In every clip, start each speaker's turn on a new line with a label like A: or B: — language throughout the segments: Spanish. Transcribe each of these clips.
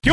A: ¿Qué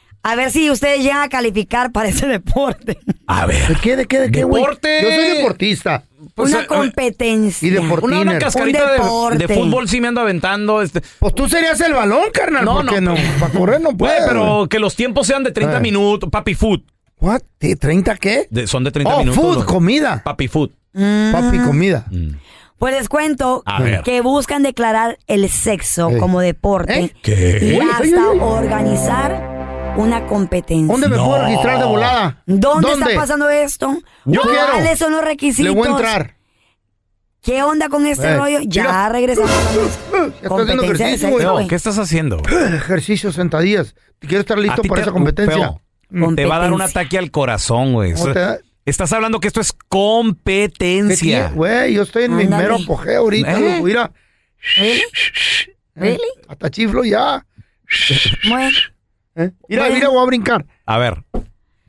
B: A ver si ustedes llegan a calificar para ese deporte.
A: A ver.
C: ¿De qué, de qué, de qué, güey?
A: Deporte.
C: Yo soy deportista.
A: Pues,
B: una
A: eh,
B: competencia.
C: y deporte.
A: Una, una
C: Un
A: cascarita de- de,
B: deporte.
A: fútbol sí me ando aventando. Este.
C: Pues tú serías el balón, carnal.
A: No,
C: No, no.
A: no.
C: no? Para correr no
A: Güey,
C: puede.
A: pero que los tiempos sean de 30
C: Ah.
A: minutos. Papi Food.
C: ¿What? ¿De 30 qué?
A: De- son de 30
C: oh,
A: minutos.
C: food,
A: los-
C: comida.
A: Papi Food.
B: Mm.
C: Papi, comida.
B: Pues les cuento
A: A ver.
B: que buscan declarar el sexo
C: Ey.
B: como deporte
C: ¿Eh?
B: y
C: Ey,
B: hasta
C: ey, ey.
B: organizar una competencia.
C: ¿Dónde me puedo registrar de volada?
B: ¿Dónde, está pasando esto?
C: Yo quiero.
B: ¿Cuáles son los
C: Le
B: requisitos?
C: voy a entrar.
B: ¿Qué onda con este
C: Eh,
B: rollo? Ya
C: mira.
B: regresamos a nuestra
C: Estoy haciendo
B: competencia de
C: ejercicio,
B: sexo,
C: güey.
A: Feo,
B: güey.
A: ¿Qué estás haciendo? güey?
C: Ejercicio, sentadillas. Quiero estar
A: A
C: listo
A: ti
C: para
A: te-
C: esa competencia.
A: Feo, Te va a dar un
B: Competencia.
A: ataque al corazón, güey.
C: ¿Cómo te da?
A: Estás hablando que esto es
C: ¿Qué
A: competencia.
C: tiene? Güey, yo estoy en mi
B: Ándale.
C: mero apogeo ahorita.
A: ah. ¿Eh?
C: loco, Mira,
B: ¿Really? ¿Really?
C: hasta chiflo ya.
B: Bueno,
C: ¿Eh? Mira,
B: Bueno.
C: mira, voy a brincar.
A: A ver.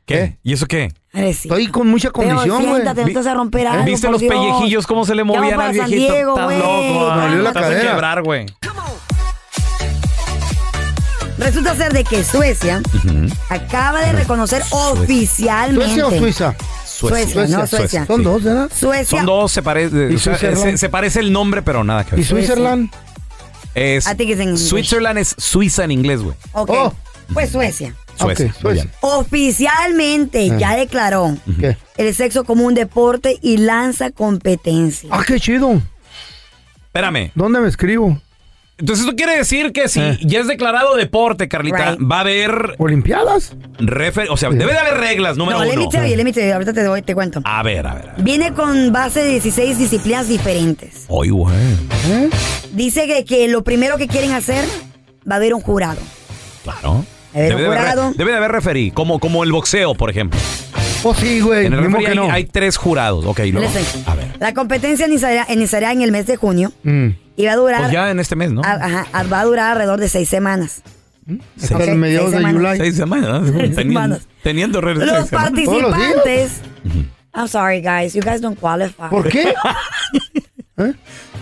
A: ¿Qué?
C: ¿Eh?
A: ¿Y eso qué?
B: ahora sí.
C: Estoy con mucha
B: Pero
C: condición, güey.
B: siéntate, no
A: Vi-
B: te vas a romper algo,
A: ¿Viste
B: por
A: los
B: Dios.
A: pellejillos cómo se le
B: vamos
A: movían
B: para
A: al
B: San
A: viejito?
B: Diego,
A: Estás
B: güey.
A: loco.
B: Me
A: ah,
C: dolió la
A: estás a
C: cadera.
A: quebrar, güey.
B: Resulta ser de que Suecia acaba de reconocer oficialmente.
C: ¿Suecia o Suiza?
B: Suecia, no, Suecia.
C: Son dos, ¿verdad?
B: Suecia.
A: Son dos, se parece,
C: ¿Y
A: o sea, eh,
C: Switzerland?
A: se, se parece el nombre, pero nada que
C: ¿Y
A: ver.
C: Switzerland?
A: Es,
B: I think it's in English.
A: Switzerland es Suiza en inglés, güey.
B: Ok.
C: Oh.
B: Pues Suecia.
A: Suecia.
C: Ok, Suecia.
B: Oficialmente ya declaró
C: ¿Qué?
B: el sexo como un deporte y lanza competencia.
C: Ah, qué chido.
A: Espérame.
C: ¿Dónde me escribo?
A: Entonces, esto quiere decir que si
C: Eh.
A: ya es declarado deporte, Carlita,
B: Right.
A: va a haber
C: ¿Olimpiadas?
A: refer... O sea, debe de haber reglas, número
B: no, let me
A: uno.
B: tell you, let me tell you, ahorita te, doy, te cuento.
A: A ver, a ver. a ver.
B: Viene con base de 16 disciplinas diferentes.
A: Ay, güey.
C: ¿Eh?
B: Dice que, que lo primero que quieren hacer va a haber un jurado.
A: Claro.
B: Debe de haber
A: de haber,
B: jurado.
A: debe de haber referí, como, como el boxeo, por ejemplo.
C: Oh, sí, güey.
A: En el
C: mismo
A: referí
C: que
A: hay,
C: no.
A: hay tres jurados. Ok, luego.
B: Listen.
A: A ver.
B: La competencia iniciará, iniciará en el mes de junio
C: Mm.
B: y va a durar,
A: Pues ya en este mes,
C: Oh.
A: ¿no?
B: a- ajá, a- va a durar alrededor de seis semanas.
C: Hasta
B: Seis-
C: el mediados
B: seis
C: de
B: semanas.
C: July.
A: Seis semanas.
B: Seis
A: Teniendo,
B: semanas.
A: teniendo reglas.
B: Los
A: seis semanas.
C: Todos los días.
B: participantes. I'm sorry, guys. You guys don't qualify.
C: ¿Por qué? ¿Eh?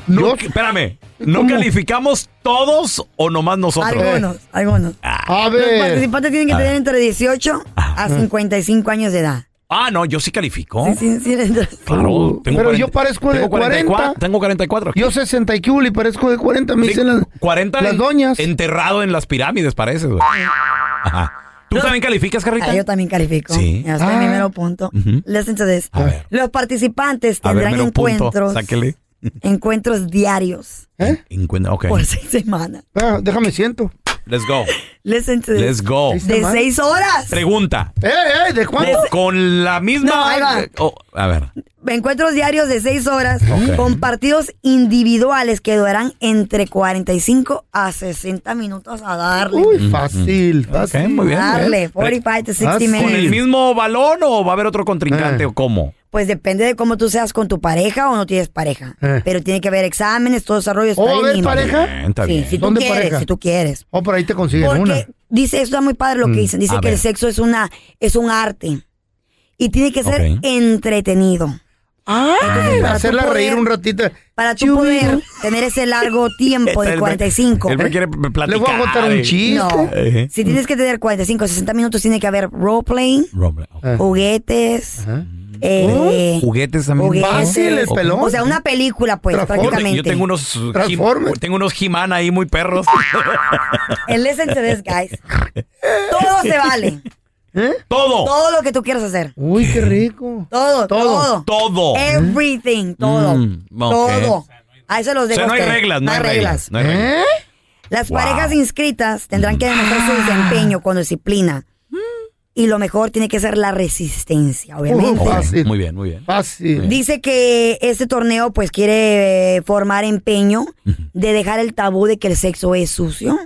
A: No,
C: Yo-
A: que- espérame, ¿no
C: ¿Cómo?
A: calificamos todos o nomás nosotros?
B: Algunos, algunos.
C: a
B: Los
C: ver.
B: participantes tienen que tener entre 18 a 55 años de edad.
A: Ah, no, yo sí califico.
B: Sí, sí, le entras.
A: Claro, tengo
C: Pero
A: 40
C: yo parezco de
A: tengo
C: 40.
A: Tengo 44. aquí.
C: Yo 60 y cubo y parezco de 40, me
A: Sí,
C: dicen las,
A: 40
C: las
A: en-
C: doñas.
A: enterrado en las pirámides, parece. güey. Ajá. ¿Tú también calificas, Carlita?
B: Ah, yo también califico.
A: Sí.
B: Ya
C: Ah.
B: estoy en mi mero punto.
A: Ujú.
B: Listen to this. Los participantes
A: A ver,
B: tendrán
A: mero punto,
B: encuentros,
A: sáquele.
B: encuentros diarios
A: Encuentra- ok.
C: Pues,
B: por seis semanas.
C: ¿Eh? Ah, déjame siento.
A: Let's go.
B: Listen to this.
A: Let's go.
B: De seis horas.
A: Pregunta.
C: ¡Eh, eh! ¿De cuánto?
A: Con la misma.
B: No, ahí va.
A: Oh, a ver.
B: Encuentros diarios de seis horas
A: Ok.
B: con partidos individuales que durarán entre 45 a 60 minutos a darle.
C: Uy, fácil, fácil.
A: muy bien. muy
B: darle,
A: bien.
B: 45 to 60
C: Fácil.
A: ¿Con el
B: minutes.
A: mismo balón o va a haber otro
C: Eh.
A: contrincante o cómo?
B: Pues depende de cómo tú seas con tu pareja o no tienes pareja.
A: Eh.
B: Pero tiene que haber exámenes, todo desarrollo.
C: ¿O va a haber
B: mínimo.
C: pareja?
A: Bien, Eh, está
B: Sí,
A: bien.
B: si tú
C: ¿Dónde
B: quieres,
C: pareja?
B: si tú quieres.
C: Oh, por ahí te consiguen una. Mm,
B: Porque dice, esto está muy padre lo que dicen. Dice
A: a
B: que
A: ver.
B: el sexo es una, es un arte. Y tiene que ser
A: Ok.
B: entretenido.
C: Ah,
B: para
C: hacerla
B: tú poder-
C: reír un ratito.
B: Para tú poder tener ese largo tiempo de 45.
A: Él me quiere platicar.
C: Le voy a contar
A: eh.
C: un chiste.
B: No.
A: Eh.
B: Si tienes que tener 45, 60 minutos, tiene que haber roleplay,
A: Roble-
C: Ah.
B: juguetes,
C: Ajá. Oh.
B: eh,
A: Juguetes también.
B: juguetes.
C: Fácil, el pelón.
B: O sea, una película, pues,
C: Transform-
A: Yo, te-
B: prácticamente.
A: yo tengo unos uh,
C: Transformers.
A: He- tengo unos He-Man ahí muy perros.
B: And listen to this, guys. Todo se vale.
C: ¿Eh?
A: todo,
B: Todo lo que tú quieras hacer.
C: Uy, qué rico.
B: Todo, todo.
C: Todo,
A: todo.
B: Everything, todo.
A: Mm, ok.
B: Todo. A eso los
A: o
B: dejo.
A: sea, no
B: a
A: hay
B: ustedes.
A: reglas, no hay reglas. No hay reglas.
C: ¿Eh? Ah.
B: Las
A: Wow.
B: parejas inscritas tendrán que demostrar su desempeño con disciplina.
C: Mm.
B: Y lo mejor tiene que ser la resistencia, obviamente.
C: Ujú.
A: Ok,
C: Oh, Fácil.
A: Muy bien, muy bien.
C: Fácil.
B: Dice que este torneo pues quiere eh, formar empeño de dejar el tabú de que el sexo es sucio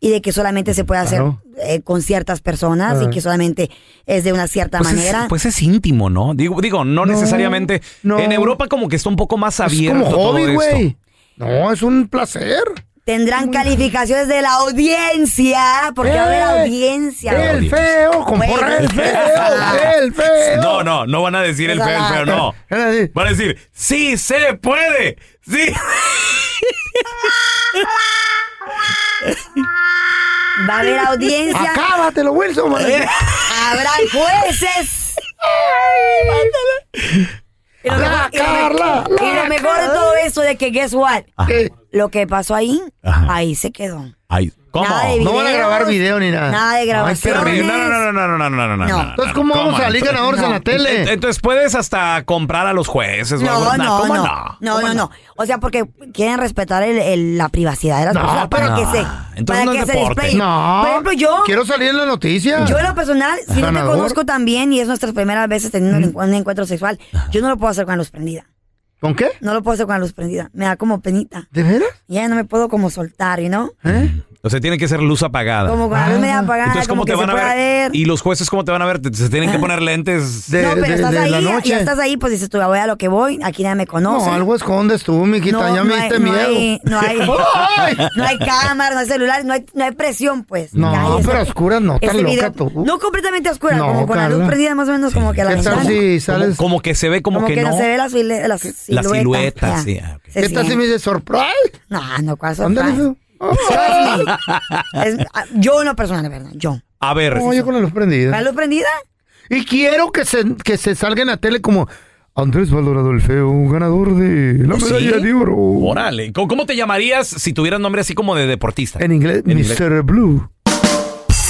B: y de que solamente se puede hacer
C: Claro.
B: eh, con ciertas personas y
C: Ajá.
B: que solamente es de una cierta
A: Pues es,
B: manera.
A: pues es íntimo, ¿no? Digo, digo no, necesariamente.
C: no.
A: En Europa como que está un poco más
C: Es
A: abierto
C: como hobby,
A: todo esto.
C: güey. No, es un placer.
B: Tendrán calificaciones de la audiencia, porque va a haber
C: ¡Eh!
B: audiencia.
C: El feo, comporra el feo, el feo.
A: No, no, no van a decir el
B: Ah,
A: feo, el feo, no.
C: Era así.
A: Van a decir, sí se puede. Sí.
B: Va a haber audiencia. Eh,
C: Acábatelo, Wilson.
B: Habrá jueces. Y lo,
C: La
B: mejor, y lo me-
C: Carla,
B: y lo
C: la
B: mejor de todo eso de que, guess what?
C: ¿Qué?
B: Lo que pasó ahí,
A: Ajá.
B: ahí se quedó.
A: Ay, ¿cómo?
B: Nada de
C: No van a
B: videos,
C: grabar video ni nada.
B: Nada de
A: Ay, qué
B: grabaciones.
A: horrible. No, no, no, no, no, no, no, no, no.
B: No.
A: no,
C: Entonces,
A: no,
C: ¿cómo vamos a salir
A: Entonces-
C: ganadores en la
A: Ent-
C: tele?
A: Entonces puedes hasta comprar a los jueces. o algo.
B: No, no,
A: ¿cómo
B: no. No, no, no. O sea, porque quieren respetar el- el- la privacidad de las
C: No,
B: personas para
C: pero-
B: que se,
A: Entonces
B: para
A: no
B: que
A: es
B: se
A: deporte.
B: despegue.
C: No.
B: Por ejemplo, yo,
C: Quiero salir en la noticia.
B: yo en lo personal, si no te
C: Ganador.
B: conozco también y es nuestras primeras veces teniendo un encu- un encuentro sexual, yo no lo puedo hacer con la luz prendida.
C: ¿Con qué?
B: No lo puedo hacer con la luz prendida. Me da como penita.
C: ¿De veras?
B: Ya no me puedo como soltar, ¿y no?
C: ¿Eh?
A: O sea, tiene que ser luz apagada.
B: Como con la luz media apagada,
A: Entonces,
B: como
A: ¿cómo
B: que
A: te van
B: se
A: a
B: pueda
A: ver?
B: ver. Ah.
A: ¿Y los jueces cómo te van a ver? ¿Te- ¿Se tienen que poner lentes?
C: De,
B: no, pero
C: de-
B: estás
C: de
B: ahí,
C: la noche.
B: ya estás ahí, pues dices tú, ya voy a lo que voy, aquí nadie me conoce.
C: No, algo escondes tú, mijita.
B: No,
C: ya me
B: no hay-
C: diste
B: no
C: miedo.
B: hay- no hay-
C: ¡Ay!
B: No hay cámara, no hay celular, no hay, no hay presión, pues.
C: No,
B: Ya, ese-
C: pero a oscuras no, estás
B: ese
C: loca
B: video-
C: tú.
B: No completamente oscura,
C: No,
B: como con la luz
C: Carla.
B: prendida más o menos como que a la
C: ¿Qué
B: ventana.
C: tal si sales?
A: Como, como que se ve, como,
B: Como que, no. se ve la, silueta. la
A: La
B: silueta.
A: silueta,
B: ya.
A: sí, ah, ok.
B: Se
C: ¿Qué tal si
B: siente.
C: me dices surprise?
B: No, no, cuál
C: Ándale,
B: sorpresa.
C: feo. Oh,
B: Trust me. Es- ah, yo no personal, ¿verdad? Yo.
A: A ver,
C: no, yo con la luz
B: ¿La
C: prendida.
B: luz prendida?
C: Y quiero que se, que se salga en la tele como Andrés Valorado el Feo, ganador de la
A: ¿Oh, ¿Sí?
C: medalla de oro.
A: órale. ¿Cómo, cómo te llamarías si tuvieras nombre así como de deportista?
C: En inglés,
A: En inglés.
C: Mr. Blue.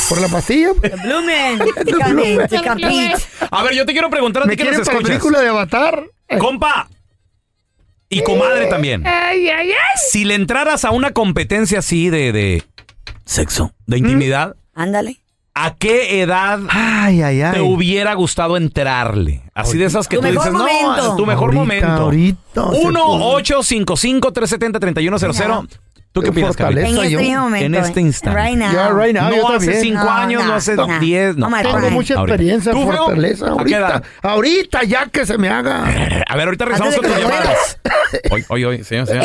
C: ¿Por la pastilla?
B: Blumen.
C: Blumen.
B: Capit.
A: A ver, yo te quiero preguntar a
C: ¿Me
A: ti que nos
C: quieres para la
A: escuchas.
C: película de Avatar?
A: ¡Compa! Y comadre también.
B: Eh.
A: Si le entraras a una competencia así de, de sexo, de
C: ¿Mm?
A: intimidad,
B: Ándale.
A: ¿a qué edad
C: Ay, ay, ay.
A: te hubiera gustado entrarle? Así de esas que
B: Tu
A: tú
B: mejor
A: dices,
B: momento".
A: no, tu mejor
C: Ahorita,
A: momento.
C: ahorita.
A: 1-855-370-3100. ¿Tú qué
C: Yo
A: piensas, Carlita?
B: En
C: Soy
B: este
C: yo.
B: mismo momento.
A: En este
B: eh.
A: instante.
B: Right now.
C: Ya, right now, yo
A: No hace
C: también.
A: 5
B: No,
A: años,
B: no,
A: no hace
B: no.
A: 10. No,
B: Oh my
C: Tengo
B: Ahorita.
C: mucha
A: Ahorita.
C: experiencia,
A: ¿Tú, Feo?
C: fortaleza.
A: ¿A qué
C: Ahorita,
A: edad?
C: ahorita ya que se me haga.
A: A ver, ahorita regresamos
B: Antes
A: a
B: de
A: tus
B: que te
A: llamadas. Hoy, hoy, hoy, señor, señor.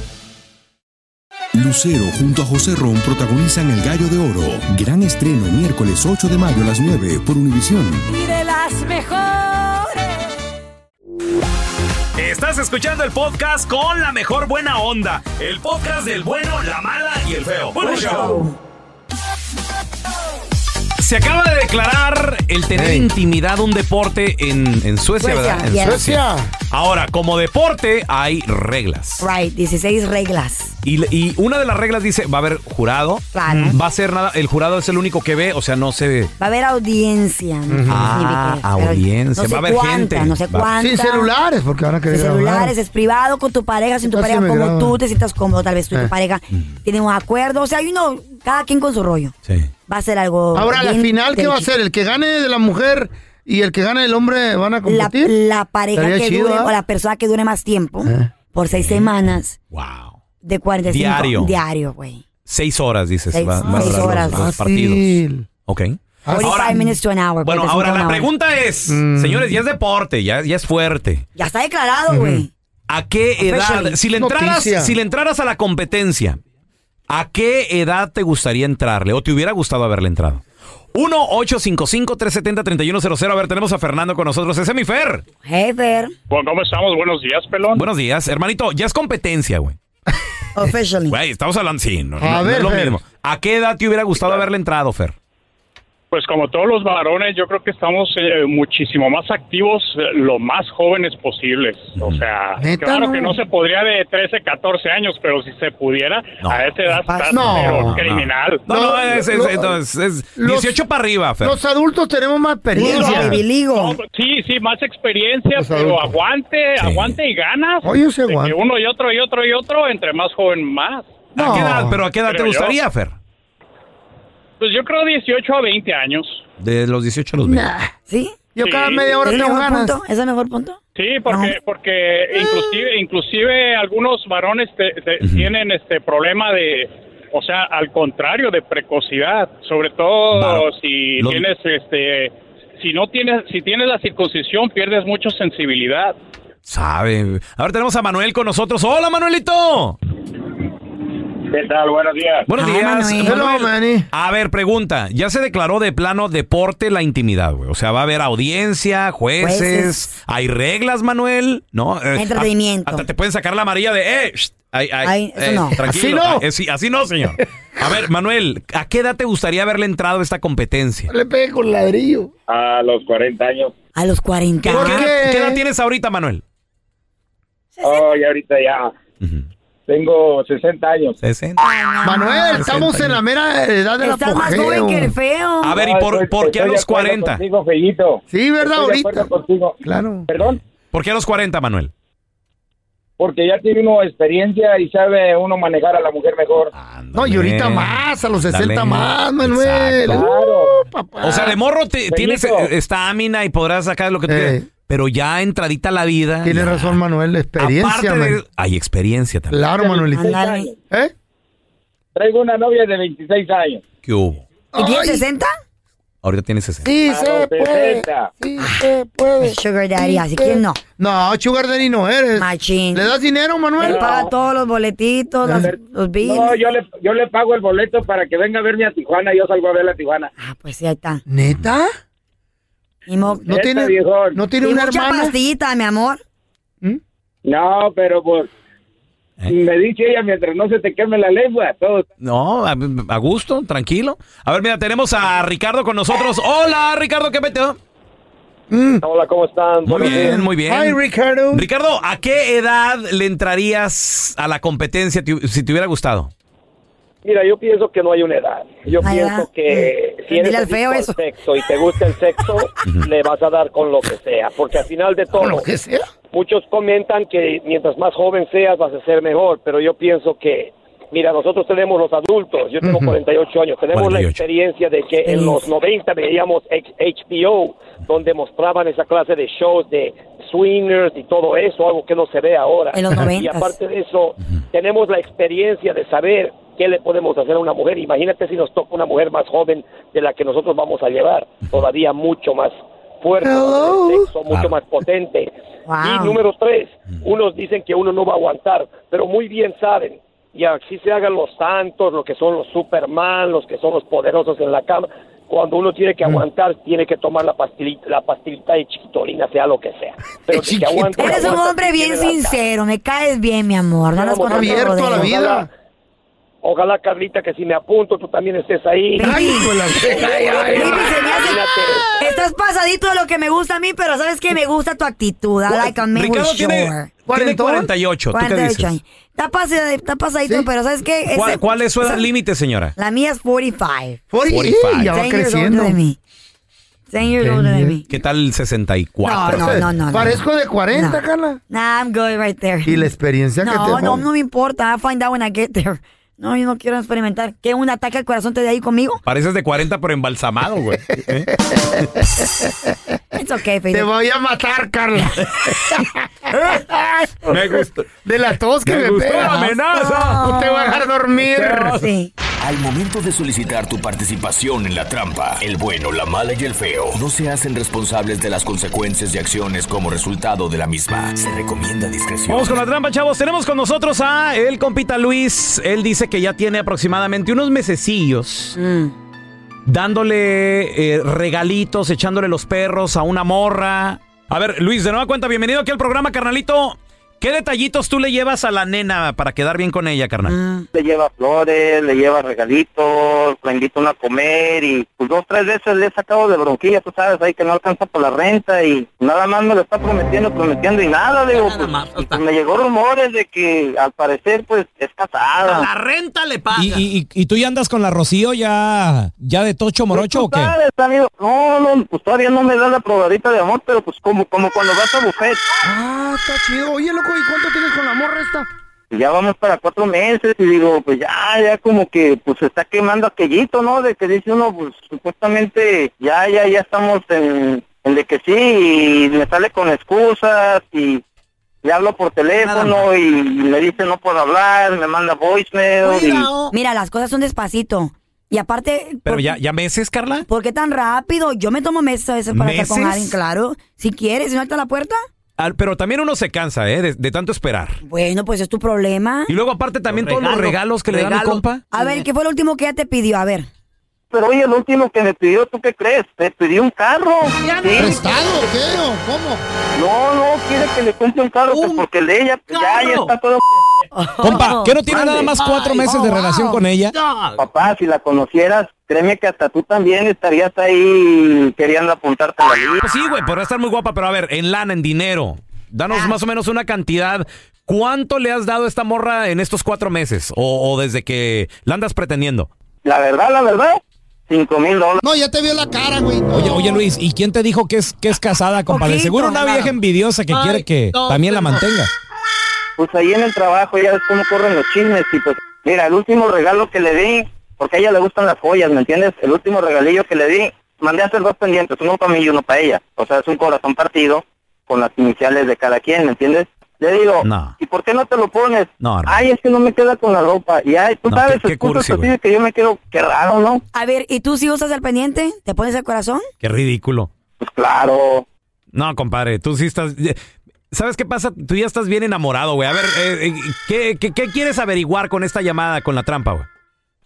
D: Lucero junto a José Ron protagonizan El Gallo de Oro. Gran estreno miércoles 8 de mayo a las 9 por Univisión.
E: Y de las mejores.
A: Estás escuchando el podcast con la mejor buena onda. El podcast del bueno, la mala y el feo. Bueno, show. Se acaba de declarar el tener intimidad un deporte en, en Suecia,
B: Suecia,
A: ¿verdad? En
B: yes.
A: Ahora, como deporte hay reglas.
B: Right, 16 reglas.
A: Y, y una de las reglas dice, va a haber jurado. Mm.
B: Claro.
A: Va a ser nada, el jurado es el único que ve, o sea, no se ve.
B: Va a haber audiencia. no sé
A: Ah,
B: ni qué es, pero
A: audiencia,
B: No sé
A: va a haber
B: cuánta,
A: gente.
B: No sé
A: Va-
B: cuánta.
C: Sin celulares, porque van a querer
B: Sin
C: grabar.
B: celulares, es privado con tu pareja, sin tu
C: Casi
B: pareja,
C: me
B: como
C: grabo.
B: tú te sientas cómodo, tal vez tú y
C: Eh.
B: tu pareja tienen un acuerdo, o sea, hay uno, cada quien con su rollo. Va a ser algo.
C: Ahora, la
B: bien
C: final, ¿qué va a
B: derechito.
C: ser? ¿El que gane de la mujer y el que gane del hombre van a
B: La,
C: competir?
B: la pareja
C: Estaría
B: que
C: chido,
B: dure,
C: ¿ah? Eh.
B: o la persona que dure más tiempo, por seis semanas. Wow. De 45.
A: Diario.
B: Diario, güey.
A: Seis horas, dices.
B: Seis-
A: va- va a
B: seis
A: durar
B: horas.
A: Los, los
B: Fácil.
A: partidos. Ok.
C: Ah,
B: 45
A: Ahora,
B: minutes to an hour.
A: bueno,
B: 45
A: ahora
B: an
A: la
B: hour.
A: pregunta es,
F: Mm.
A: señores, ya es deporte, ya, ya es fuerte.
B: Ya está declarado, güey.
A: ¿A qué edad?
B: Officially.
A: Si le, entraras,
B: Noticia.
A: si le entraras a la competencia, ¿a qué edad te gustaría entrarle o te hubiera gustado haberle entrado? 1-855-370-3100. A ver, tenemos a Fernando con nosotros. Ese es mi Fer.
B: Hey, Fer.
F: Bueno, ¿cómo estamos? Buenos días, pelón.
A: Buenos días, hermanito. Ya es competencia, güey.
B: Officially.
A: Güey, estamos hablando. Sí, no,
F: A
A: no- no
F: ver,
A: es lo
F: Fer.
A: mismo. ¿A qué edad te hubiera gustado haberle entrado, Fer?
F: Pues como todos los varones, yo creo que estamos eh, muchísimo más activos, eh, lo más jóvenes posibles. O sea,
C: ¿Neta,
F: claro
C: no?
F: que no se podría de 13, 14 años, pero si se pudiera, a esa edad estás
C: No.
F: pero
C: No.
F: criminal.
A: No, no, es, es- es- es- es
C: los-
A: 18 para arriba, Fer.
C: Los adultos tenemos más experiencia.
F: No,
G: pues,
F: sí, sí, más experiencia, pero
C: adultos.
F: aguante, aguante y ganas.
C: Pues, Oye, se
F: De que
C: aguanta.
F: uno y otro y otro y otro, entre más joven más.
A: ¿A qué edad? ¿Pero a qué edad te
F: Creo yo.
A: gustaría, Fer?
F: Pues yo creo 18 a 20 años.
A: De los 18 a los 20.
B: ¿Sí?
F: Yo cada media hora
B: ¿Es el
F: tengo
B: mejor
F: ganas.
B: punto? ¿Es el mejor punto?
F: Sí, porque porque inclusive inclusive algunos varones te- te- tienen este problema de o sea, al contrario de precocidad, sobre todo Oh, si
A: Lo-
F: tienes este si no tienes si tienes la circuncisión pierdes mucha sensibilidad.
A: Sabe. Ahora tenemos a Manuel con nosotros. ¡Hola, Manuelito!
H: ¿Qué tal? Buenos días.
A: Buenos días. Manuel. A ver, pregunta. Ya se declaró de plano deporte la intimidad, güey. O sea, va a haber audiencia, jueces,
B: Jueces.
A: hay reglas, Manuel, ¿no? Eh,
B: Entretenimiento.
A: a- Hasta te pueden sacar la amarilla de, eh, shh, ay, ay,
B: Ay, eso
A: eh,
B: no.
A: tranquilo.
B: Así no.
A: Ah, eh, sí, así no, señor. A ver, Manuel, ¿a qué edad te gustaría haberle entrado a esta competencia?
C: Le pegué con ladrillo.
H: A los 40 años.
B: A los 40.
A: ¿Qué, qué edad- qué edad tienes ahorita, Manuel?
H: Oh, y ahorita ya. Tengo 60 años.
A: 60.
C: Manuel, estamos en la mera edad de la
B: Estás más joven que el feo.
A: A ver, ¿y por, por qué a los 40?
H: Contigo, Fellito.
C: Sí, ¿verdad?
H: Estoy de
C: Ahorita.
H: acuerdo contigo.
C: Claro.
H: Perdón,
A: ¿Por qué a los 40, Manuel?
H: porque ya tiene uno experiencia y sabe uno manejar a la mujer mejor.
C: No, y ahorita más, a los 60
A: Dale.
C: más, Manuel.
H: Claro.
A: O sea, de morro te- tienes
C: Benito.
A: eh, estamina y podrás sacar lo que tú
C: Eh.
A: quieras. Pero ya entradita a la vida.
C: Tienes
A: ya.
C: razón, Manuel, la experiencia,
A: Aparte de-
C: man.
A: Hay experiencia también.
C: Claro,
I: pues,
C: Manuelito.
B: Ándale.
C: ¿Eh?
H: Traigo una novia de 26 años.
A: ¿Qué hubo?
B: ¿Y tienes 60?
A: Ahorita tienes
H: Ah,
A: 60.
C: Sí, se puede.
H: 60.
C: Sí, se puede.
B: Sugar daddy, así que no.
C: No, Sugar Daddy no eres.
B: Machín.
C: ¿Le das dinero, Manuel?
B: Él paga todos los boletitos, los, los bills.
H: No, yo le, yo le pago el boleto para que venga a verme a Tijuana. Yo salgo a ver a Tijuana.
B: Pues sí, ahí está.
C: ¿Neta?
B: Y mo-
C: ¿No
H: Neta,
C: tiene,
H: viejón.
C: ¿no tiene
B: y
C: una
B: mucha
C: hermana?
B: pastillita, mi amor.
H: No, pero pues
G: Eh.
H: Me dice ella, mientras no se te queme la lengua, todo.
A: No, a, a gusto, tranquilo. A ver, mira, tenemos a Ricardo con nosotros. Hola, Ricardo, ¿qué metió?
G: Hola, ¿cómo están?
A: Muy bien, muy bien.
C: Hi, Ricardo.
A: Ricardo, ¿a qué edad le entrarías a la competencia ti- si te hubiera gustado?
G: Mira, yo pienso que no hay una edad. Yo
B: Ay,
G: pienso
B: va. Mm.
G: que si
B: Dile
G: eres
B: al
G: adicto
B: feo
G: al
B: eso.
G: sexo y te gusta el sexo, le vas a dar con lo que sea. Porque al final de todo, muchos comentan que mientras más joven seas vas a ser mejor. Pero yo pienso que, mira, nosotros tenemos los adultos, yo tengo 48 años, tenemos la
J: 48.
G: experiencia de que en los 90 veíamos H- HBO, donde mostraban esa clase de shows de swingers y todo eso, algo que no se ve ahora.
B: En los
G: Y
B: 90s.
G: aparte de eso, tenemos la experiencia de saber qué le podemos hacer a una mujer. Imagínate si nos toca una mujer más joven de la que nosotros vamos a llevar, todavía mucho más fuerte, el sexo mucho más potente. Y número tres, unos dicen que uno no va a aguantar, pero muy bien saben, y así se hagan los santos, los que son los Superman, los que son los poderosos en la cama, cuando uno tiene que aguantar, tiene que tomar la pastillita, la pastillita de chiquitolina, sea lo que sea. Pero si que aguanta,
B: Eres un
G: aguanta,
B: hombre
G: pues, tiene
B: bien
G: la-
B: sincero, me caes bien, mi amor. No andas con tanto rodeo.
G: Ojalá- Ojalá, Carlita, que si me apunto, tú también estés ahí.
B: Estás pasadito de lo que me gusta a mí, pero sabes que me gusta tu actitud. I like a man
A: Ricardo
B: with
A: tiene,
B: sure.
A: tiene 48. ¿Tú qué
B: 48
A: dices?
B: años. Está, pasa- está pasadito, pero sabes qué? Ese-
A: ¿Cuál, cuál es su edad límite, señora?
B: La mía es 45.
A: 45.
B: Ten years older than me. Ten years older than me.
A: ¿Qué tal 64?
B: No, no, no, no, no.
C: Parezco de 40,
B: No. Nah, I'm good right there.
C: Y la experiencia que
B: No,
C: te
B: no, no me importa. I'll find out when I get there. No, yo no quiero experimentar. ¿Qué, un ataque al corazón te dé ahí conmigo?
A: Pareces de 40, pero embalsamado, güey. ¿Eh?
B: It's okay, Felipe.
C: Te voy a matar, Carla.
A: Me gusta.
C: De la tos que
K: Me
C: me,
K: gustó
C: pega.
K: la amenaza.
C: No te voy a dejar dormir.
K: Al momento de solicitar tu participación en la trampa, el bueno, la mala y el feo no se hacen responsables de las consecuencias y acciones como resultado de la misma. Se recomienda discreción.
A: Vamos con la trampa, chavos. Tenemos con nosotros a el compita Luis. Él dice que ya tiene aproximadamente unos mesecillos dándole eh, regalitos, echándole los perros a una morra. A ver, Luis, de nueva cuenta, bienvenido aquí al programa, carnalito. ¿Qué detallitos tú le llevas a la nena para quedar bien con ella, carnal?
L: Mm.
M: Le lleva flores, le lleva regalitos, la invitan a comer y pues dos, tres veces le he sacado de bronquilla, tú sabes, ahí que no alcanza por la renta y nada más me lo está prometiendo, prometiendo y nada, digo, pues, y, pues, me llegó rumores de que al parecer pues es casada.
A: La renta le paga.
L: ¿Y, y, y- y tú ya andas con la Rocío ya, ya de tocho morocho o qué?
M: Pues, ¿Sabes, amigo? No, no, pues todavía no me da la probadita de amor, pero pues como, como cuando vas a buffet.
C: Ah, está chido. Oye, loco, ¿y cuánto tienes con la morra esta?
M: Y pues ya vamos para cuatro meses y digo, pues ya, ya como que pues se está quemando aquellito, ¿no? De que dice uno, pues supuestamente ya, ya, ya estamos en, en de que sí y me sale con excusas y le hablo por teléfono y me dice no puedo hablar, me manda voicemail y...
B: Mira, las cosas son despacito. Y aparte,
A: Pero ya, ya meses, Carla.
B: ¿por qué tan rápido? Yo me tomo meses a veces para estar con
A: ¿Meses?
B: alguien, claro. Si quieres, si no está la puerta,
A: Al- Ah, pero también uno se cansa, ¿eh? De, de tanto esperar.
B: bueno, pues es tu problema.
A: Y luego aparte también todos los regalos que le dan
B: Regalo.
A: mi compa.
B: A ver, ¿qué fue lo último que ella te pidió? A ver.
M: Pero oye, el último que me pidió, ¿tú qué crees? Me pidió un carro.
B: ¿Prestado
M: o qué? ¿Cómo? No, no, quiere que le compre un carro pues, porque el de ella pues, ya, ya está todo...
L: Compa, ¿qué no tiene nada más cuatro meses de relación con ella?
M: Papá, si la conocieras, créeme que hasta tú también estarías ahí queriendo apuntarte a la línea.
A: Pues sí, güey, podrá estar muy guapa, pero a ver, en lana, en dinero. Danos más o menos una cantidad. ¿Cuánto le has dado a esta morra en estos cuatro meses? O, o desde que la andas pretendiendo.
M: La verdad, la verdad, cinco mil dólares.
L: No, ya te vio la cara, güey. Oye, oye, Luis, ¿y quién te dijo que es, que es casada, compa? De
M: Poquito,
L: seguro una
M: claro.
L: vieja envidiosa que
M: Ay,
L: quiere que
M: no,
L: también la
M: no.
L: mantenga.
M: Pues ahí en el trabajo ya ves cómo corren los chismes y pues, mira, el último regalo que le di, porque a ella le gustan las joyas, ¿me entiendes? El último regalillo que le di, mandé a hacer dos pendientes, uno para mí y uno para ella. O sea, es un corazón partido con las iniciales de cada quien, ¿me entiendes? Le digo,
A: No.
M: ¿y por qué no te lo pones?
A: No, hermano.
M: Ay, es que no me queda con la ropa. Y ay, tú
A: No,
M: sabes,
A: qué- qué
M: excusas
A: cursi,
M: así
A: güey.
M: de que yo me quedo, qué raro, ¿no?
B: A ver, ¿y tú si usas el pendiente? ¿Te pones el corazón?
A: Qué ridículo.
M: Pues claro.
A: No, compadre, tú sí estás... eh, ¿Sabes qué pasa? Tú ya estás bien enamorado, güey. A ver, eh, eh, ¿qué, qué, qué quieres averiguar con esta llamada, con la trampa, güey?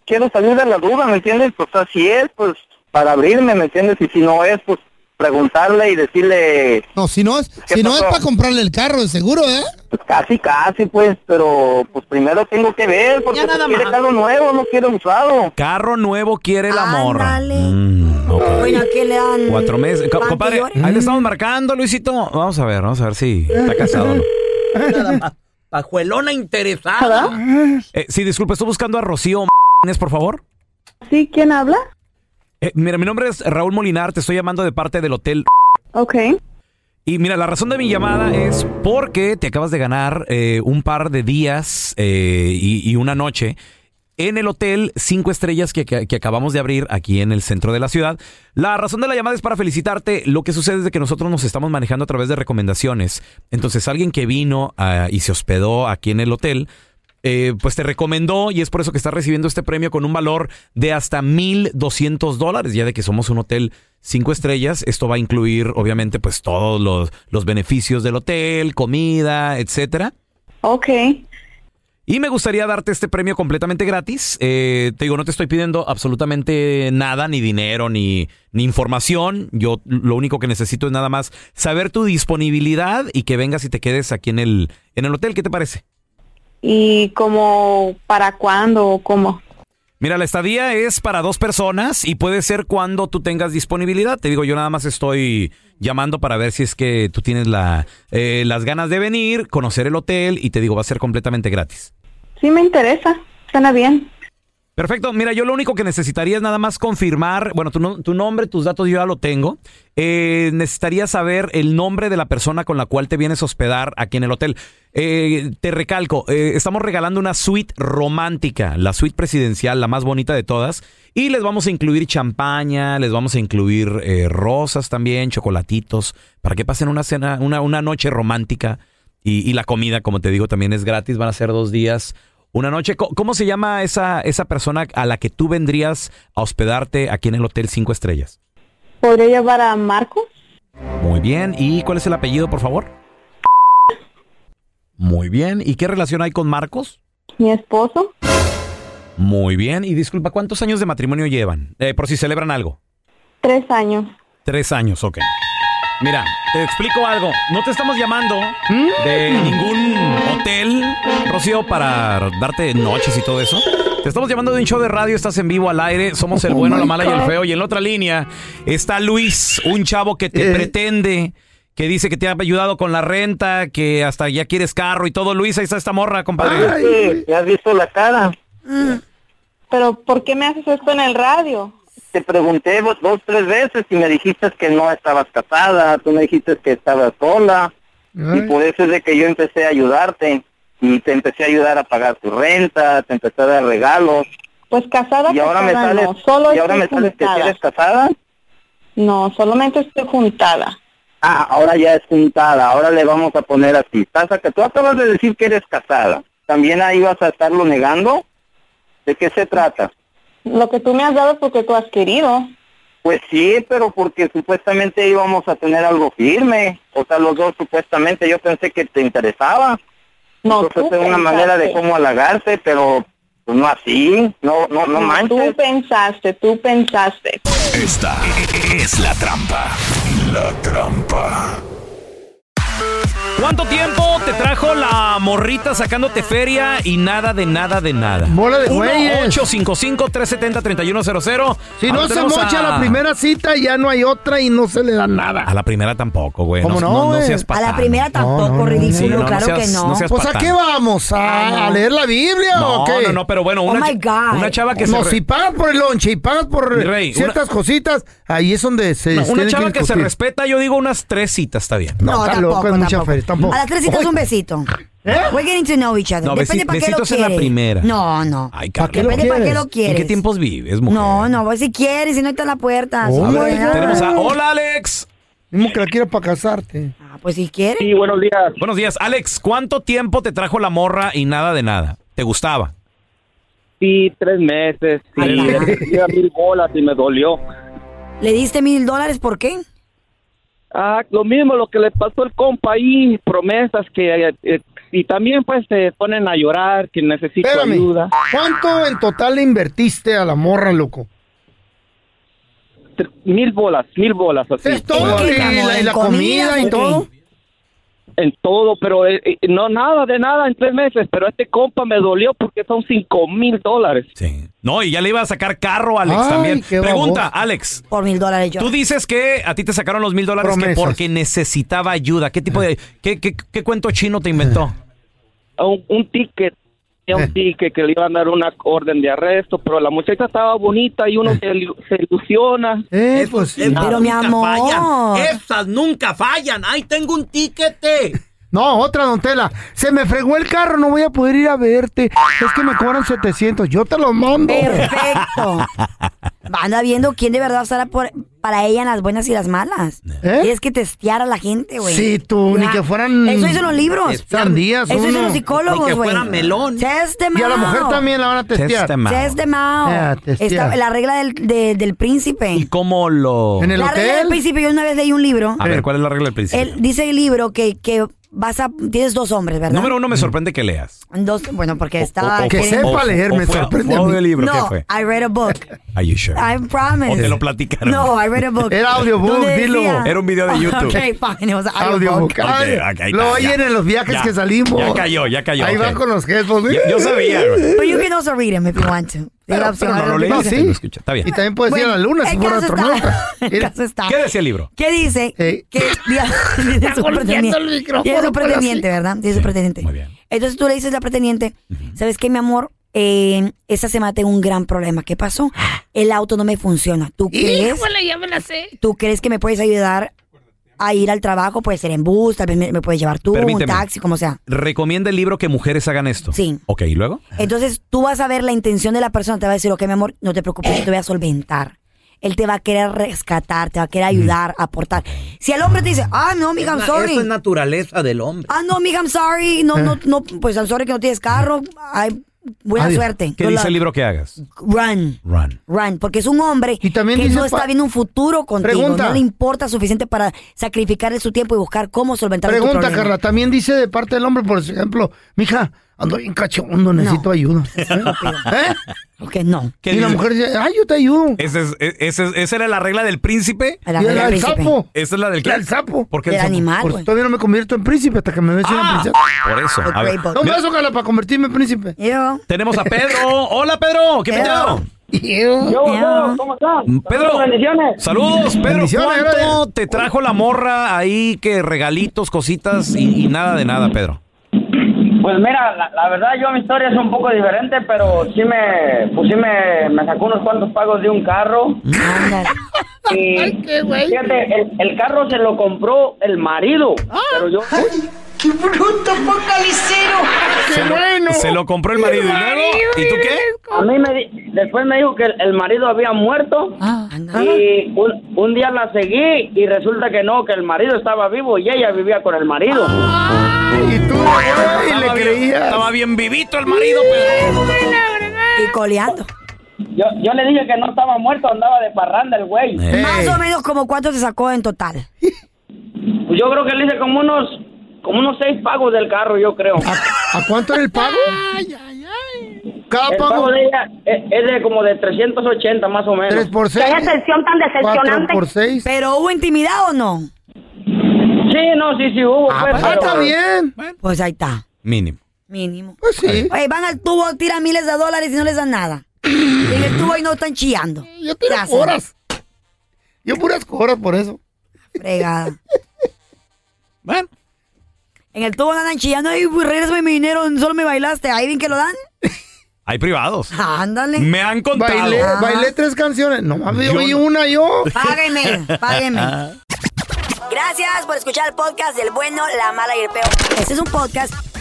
M: quiero salir de la duda, ¿me entiendes? Pues así es, pues para abrirme, ¿me entiendes? Y si no es, pues preguntarle y decirle,
J: No, si no es,
M: ¿Qué
J: si no es
M: pasó?
J: para comprarle el carro, de seguro, ¿eh?
M: pues casi, casi, pues, pero pues primero tengo que ver, porque
J: Ya nada
M: pues, quiere
J: más.
M: carro nuevo, no quiere usado.
A: Carro nuevo quiere la morra.
B: Bueno, aquí le
N: Eh,
B: dan.
A: Cuatro meses. Co- compadre, ahí
N: Mm.
A: le estamos marcando, Luisito. Vamos a ver, vamos a ver si está casado o no.
O: Pajuelona interesada.
A: Eh, sí, disculpe, estoy buscando a Rocío Martínez, por favor.
N: Sí, ¿quién habla?
A: Eh, mira, mi nombre es Raúl Molinar, te estoy llamando de parte del hotel.
N: Ok.
A: Y mira, la razón de mi llamada es porque te acabas de ganar eh, un par de días eh, y, y una noche en el hotel Cinco Estrellas que, que- que acabamos de abrir aquí en el centro de la ciudad. La razón de la llamada es para felicitarte. Lo que sucede es de que nosotros nos estamos manejando a través de recomendaciones. Entonces, alguien que vino ah, y se hospedó aquí en el hotel, eh, pues te recomendó y es por eso que estás recibiendo este premio con un valor de hasta 1.200 dólares, ya de que somos un hotel cinco estrellas. Esto va a incluir, obviamente, pues todos los, los beneficios del hotel, comida, etcétera.
N: Ok.
A: Y me gustaría darte este premio completamente gratis. Eh, te digo, no te estoy pidiendo absolutamente nada, ni dinero, ni, ni información. Yo lo único que necesito es nada más saber tu disponibilidad y que vengas y te quedes aquí en el, en el hotel. ¿Qué te parece?
N: ¿Y como para cuándo o cómo?
A: Mira, la estadía es para dos personas y puede ser cuando tú tengas disponibilidad. Te digo, yo nada más estoy llamando para ver si es que tú tienes la, eh, las ganas de venir, conocer el hotel y te digo, va a ser completamente gratis.
N: Sí, me interesa. Suena bien.
A: Perfecto, mira, yo lo único que necesitaría es nada más confirmar, bueno, tu, no- tu nombre, tus datos yo ya lo tengo. Eh, necesitaría saber el nombre de la persona con la cual te vienes a hospedar aquí en el hotel. Eh, te recalco, eh, estamos regalando una suite romántica, la suite presidencial, la más bonita de todas, y les vamos a incluir champaña, les vamos a incluir eh, rosas también, chocolatitos, para que pasen una cena, una, una noche romántica. Y, y la comida, como te digo, también es gratis. Van a ser dos días, una noche. Co- ¿Cómo, se llama esa, esa persona a la que tú vendrías a hospedarte aquí en el Hotel Cinco Estrellas?
N: ¿Podría llevar a Marco?
A: Muy bien. ¿Y cuál es el apellido, por favor? Muy bien. ¿Y qué relación hay con Marcos?
N: ¿Mi esposo?
A: Muy bien. Y disculpa, ¿cuántos años de matrimonio llevan? Eh, por si celebran algo.
N: Tres años.
A: Tres años, ok. Mira, te explico algo. No te estamos llamando de
K: Mm.
A: ningún hotel, Rocío, para darte noches y todo eso. Te estamos llamando de un show de radio, estás en vivo al aire. Somos el
K: Oh
A: bueno,
K: my
A: la mala y el
K: God.
A: feo. Y en la otra línea está Luis, un chavo que
K: Eh.
A: te pretende, que dice que te ha ayudado con la renta, que hasta ya quieres carro y todo. Luis, ahí está esta morra, compadre.
M: Sí, ¿me has visto la cara?
N: ¿Pero por qué me haces esto en el radio?
M: Te pregunté vos dos, tres veces y me dijiste que no estabas casada, tú me dijiste que estabas sola y por eso pues, es de que yo empecé a ayudarte y te empecé a ayudar a pagar tu renta, te empecé a dar regalos
N: Pues casada,
M: y ahora me
N: casada
M: sales,
N: no. Solo
M: y ahora me
N: estoy
M: sales que si
N: juntada.
M: eres casada.
N: No, solamente estoy juntada.
M: Ah, ahora ya es juntada, ahora le vamos a poner así. Estás acá- tú acabas de decir que eres casada. ¿También ahí vas a estarlo negando? ¿De qué se trata?
N: Lo que tú me has dado es porque tú has querido.
M: Pues sí, pero porque supuestamente íbamos a tener algo firme. O sea, los dos supuestamente yo pensé que te interesaba.
N: No,
M: Entonces
N: tú
M: es pues, una manera de
N: pensaste.
M: cómo halagarte, pero pues, no así, no, no, no manches.
N: Tú pensaste, tú pensaste.
K: Esta es la trampa. La trampa.
A: ¿Cuánto tiempo te trajo la morrita sacándote feria y nada de nada de nada?
C: Bola de
A: 1
C: güeyes.
A: 855 370 3100
C: Si no se mocha la primera cita, ya no hay otra y no se le da nada.
A: A la primera tampoco, güey.
C: ¿Cómo no,
A: no,
C: güey?
A: seas
C: A la
A: patán.
C: primera tampoco,
A: Sí,
C: ridículo,
A: no, no seas- no seas
C: pues a
A: patán.
C: qué vamos,
B: Ah,
C: a, a leer la Biblia
A: No,
C: o qué?
A: no, no, pero bueno, una Oh, my cha- God. una chava que se
C: No,
A: re-
C: si pagas por el lonche y pagas por
A: Mi rey, una-
C: ciertas cositas, ahí es donde se
A: No,
C: tienen
A: una chava que, se
C: discutir.
A: respeta, yo digo unas tres citas, está bien.
C: No, está loco, es mucha feria, tampoco. ¿Eh?
B: A las tres citas un besito. We're getting to know each other.
A: No,
B: Depende
A: besi-
B: para qué lo
A: besitos en la
B: quieres.
A: primera.
B: No, no.
A: Ay, Carla.
B: qué lo Depende para qué quieres? lo
A: ¿En qué
B: quieres.
A: tiempos vives, mujer?
B: No, no, voy si quieres, si no está en la puerta.
A: Oh,
B: Sí,
A: my
B: bueno.
A: God. Tenemos a- Hola, Alex.
C: Mismo que la quiera para casarte.
B: Ah, pues si quieres.
A: Sí, buenos días. Buenos días. Alex, ¿cuánto tiempo te trajo la morra y nada de nada? ¿Te gustaba?
P: Sí, tres meses. Sí, le metí a mil bolas y me dolió.
B: ¿Le diste mil dólares por qué?
P: Ah, lo mismo lo que le pasó al compa ahí, promesas que... eh, eh, y también pues se ponen a llorar, que necesito
C: Espérame,
P: ayuda.
C: ¿cuánto en total le invertiste a la morra, loco?
P: tr- mil bolas, mil bolas así.
C: Es todo, y la, y la comida y todo.
P: En todo, pero eh, eh, no nada de nada en tres meses, pero este compa me dolió porque son cinco mil dólares.
A: No, y ya le iba a sacar carro, Alex,
P: Ay,
A: también.
P: qué
A: Pregunta,
P: baboso.
A: Alex.
B: Por mil dólares yo.
A: Tú dices que a ti te sacaron los mil dólares que
P: Promesas.
A: porque necesitaba ayuda. ¿Qué tipo de qué, qué- qué cuento chino te inventó?
P: un, un ticket, tenía
C: Eh.
P: un ticket que le iban a dar una orden de arresto, pero la muchacha estaba bonita y uno se, ilu- se ilusiona.
C: Eh, pues,
O: Nunca fallan. Esas nunca fallan. ¡Ay, tengo un tiquete!
C: No, otra don Tela. Se me fregó el carro, no voy a poder ir a verte. Es que me cobran 700, yo te lo mando.
B: Perfecto. Anda viendo quién de verdad estará por- para ella en las buenas y las malas. Tienes que testear a la gente, güey.
C: ¿Eh? Sí, tú, ni que fueran
B: Eso dicen los libros.
C: sandías,
B: Eso dicen
C: uno.
B: los psicólogos,
C: Ni
B: güey.
C: que fuera melón.
B: Test de
C: Y a la
B: Mao.
C: mujer también la van a testear.
A: Test de Mao.
B: Test de Mao.
A: Ah, testear.
B: Está- la regla del, de- del príncipe.
A: ¿Cómo lo
B: la regla del príncipe, yo una vez leí un libro.
A: A ver, ¿cuál es la regla del príncipe?
B: Él- dice el libro que, que vas a. Tienes dos hombres, ¿verdad?
A: Número
C: Mm.
A: uno me sorprende que leas.
B: Dos, bueno, porque estaba.
A: o- que sepa o- leer, o me fue- sorprende fue a mí. audio libro, ¿qué
B: no,
A: fue?
B: I read a book.
A: Are you sure?
B: I promise.
A: O te lo platicaron.
B: No, I read a book.
A: Era audiobook,
B: Donde
A: dilo.
B: decía-
A: Era un video de YouTube.
B: Ok, fine, it was an audiobook.
C: Audiobook. Ay, lo oyen en los viajes que salimos.
A: Ya cayó, ya cayó.
C: Ahí
A: ok.
C: va con los jefos.
A: Ya- yo sabía, güey.
B: But you can also read them if you want to. Pero,
C: pero no lo
A: leíste,
C: sí.
A: lo escuché, Está bien.
C: Y también puedes ir a la luna si fuera astronauta.
A: ¿Qué decía el libro?
B: ¿Qué dice? Que diga- dice
C: golpeando
B: su pretendiente.
C: el micrófono,
B: Dice su
C: pero
B: pretendiente,
C: así.
B: ¿verdad? Dice su pretendiente. Entonces tú le dices a la pretendiente, ¿sabes qué, mi amor? Eh, esta semana tengo un gran problema. ¿Qué pasó? El auto no me funciona. ¿Tú crees?
Q: Híjole, ya me la sé.
B: ¿Tú crees que me puedes ayudar a ir al trabajo? Puede ser en bus, tal vez me, me puedes llevar tú,
A: Permíteme.
B: un taxi, como sea.
A: ¿Recomienda el libro que mujeres hagan esto?
B: Sí.
A: Ok, ¿y luego?
B: Entonces tú vas a ver la intención de la persona, te va a decir, ok, mi amor, no te preocupes, yo te voy a solventar. Él te va a querer rescatar, te va a querer ayudar, aportar. Si el hombre te dice, ah, no, mija, I'm
O: Na-
B: sorry.
O: Eso es naturaleza del hombre.
B: Ah, no, mija, I'm sorry. No,
C: Eh.
B: no, no, pues I'm sorry que no tienes carro. Ay, buena
A: Adiós.
B: suerte.
A: ¿Qué
B: Good
A: dice
B: luck.
A: el libro que hagas?
B: Run.
A: Run.
B: Run, porque es un hombre que
C: dice
B: no
C: pa-
B: está viendo un futuro contigo.
C: Pregunta.
B: No le importa suficiente para sacrificarle su tiempo y buscar cómo solventar tu
C: Pregunta,
B: problema.
C: Carla. También dice de parte del hombre, por ejemplo, mija, ando bien cachondo, necesito ayuda. ¿Eh?
B: Ok, no.
A: ¿Qué
C: y la
A: dice?
C: mujer dice, ay, yo te ayudo.
A: Ese es- e- ese es- esa era la regla del príncipe.
C: La Y regla la del del príncipe. sapo.
A: Esa es la del
C: La del sapo.
A: ¿Por qué el sapo?
C: Porque todavía no me convierto en príncipe hasta que me veas
A: Ah.
C: una princesa.
A: Por eso. A ver.
C: No me
A: Mira,
C: vas a Carla, para convertirme en príncipe.
A: tenemos a Pedro. Hola, Pedro. ¿Qué
C: Yo.
A: pedo?
C: ¿Cómo estás?
A: Pedro. Saludos, Pedro.
C: Bendiciones,
A: ¿Cuánto
C: gracias.
A: te trajo la morra ahí que regalitos, cositas y, y nada de nada, Pedro?
R: Pues mira, la, la verdad yo mi historia es un poco diferente, pero sí me, pues sí me, me sacó unos cuantos pagos de un carro. Y, Fíjate, el, el carro se lo compró el marido, pero yo... ¡Qué bruto focalicero!
A: se, lo, se lo compró el marido. ¿Y luego? ¿Y tú qué?
R: A mí me di- después me dijo que el, el marido había muerto y un, un día la seguí y resulta que no, que el marido estaba vivo y ella vivía con el marido.
C: y tú,
A: Estaba bien- Estaba bien vivito el marido, Pedro.
B: Y coleando.
R: Yo, yo le dije que no estaba muerto, andaba de parranda el güey.
A: Eh,
B: Más o menos como cuánto te sacó en total.
R: Pues yo creo que le hice como unos como unos seis pagos del carro, yo creo.
C: ¿A cuánto era el pago? Cada
R: el
C: pago.
R: pago, de ella es, es de como de 380 más o menos.
C: Tres por seis. Qué decepción
R: tan
C: decepcionante. por seis.
B: Pero hubo intimidad o no?
R: Sí, no, sí, sí hubo.
B: Ah,
R: pues,
B: pues, ah,
R: pero-
B: está bien. Pues ahí está.
A: Mínimo.
B: Mínimo.
C: Pues sí.
B: Oye, van al tubo, tiran miles de dólares y no les dan nada. Y en el tubo y no están chillando.
C: Yo tiro horas. Yo puras horas por eso.
B: Fregada.
A: Bueno.
B: En el tubo andan chillando. Ay, pues regrésame mi dinero, solo me bailaste. Ahí ven que lo dan.
A: Hay privados.
B: Ándale.
A: Me han contado.
C: Bailé,
A: Ajá.
C: bailé tres canciones. No mames, yo
A: Yo
C: oí
A: no.
C: una yo.
B: Págueme, págueme. Gracias por escuchar el podcast del bueno, la mala y el peor. Este es un podcast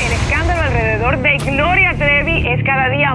S: El escándalo alrededor de Gloria Trevi es cada día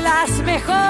E: las mejores.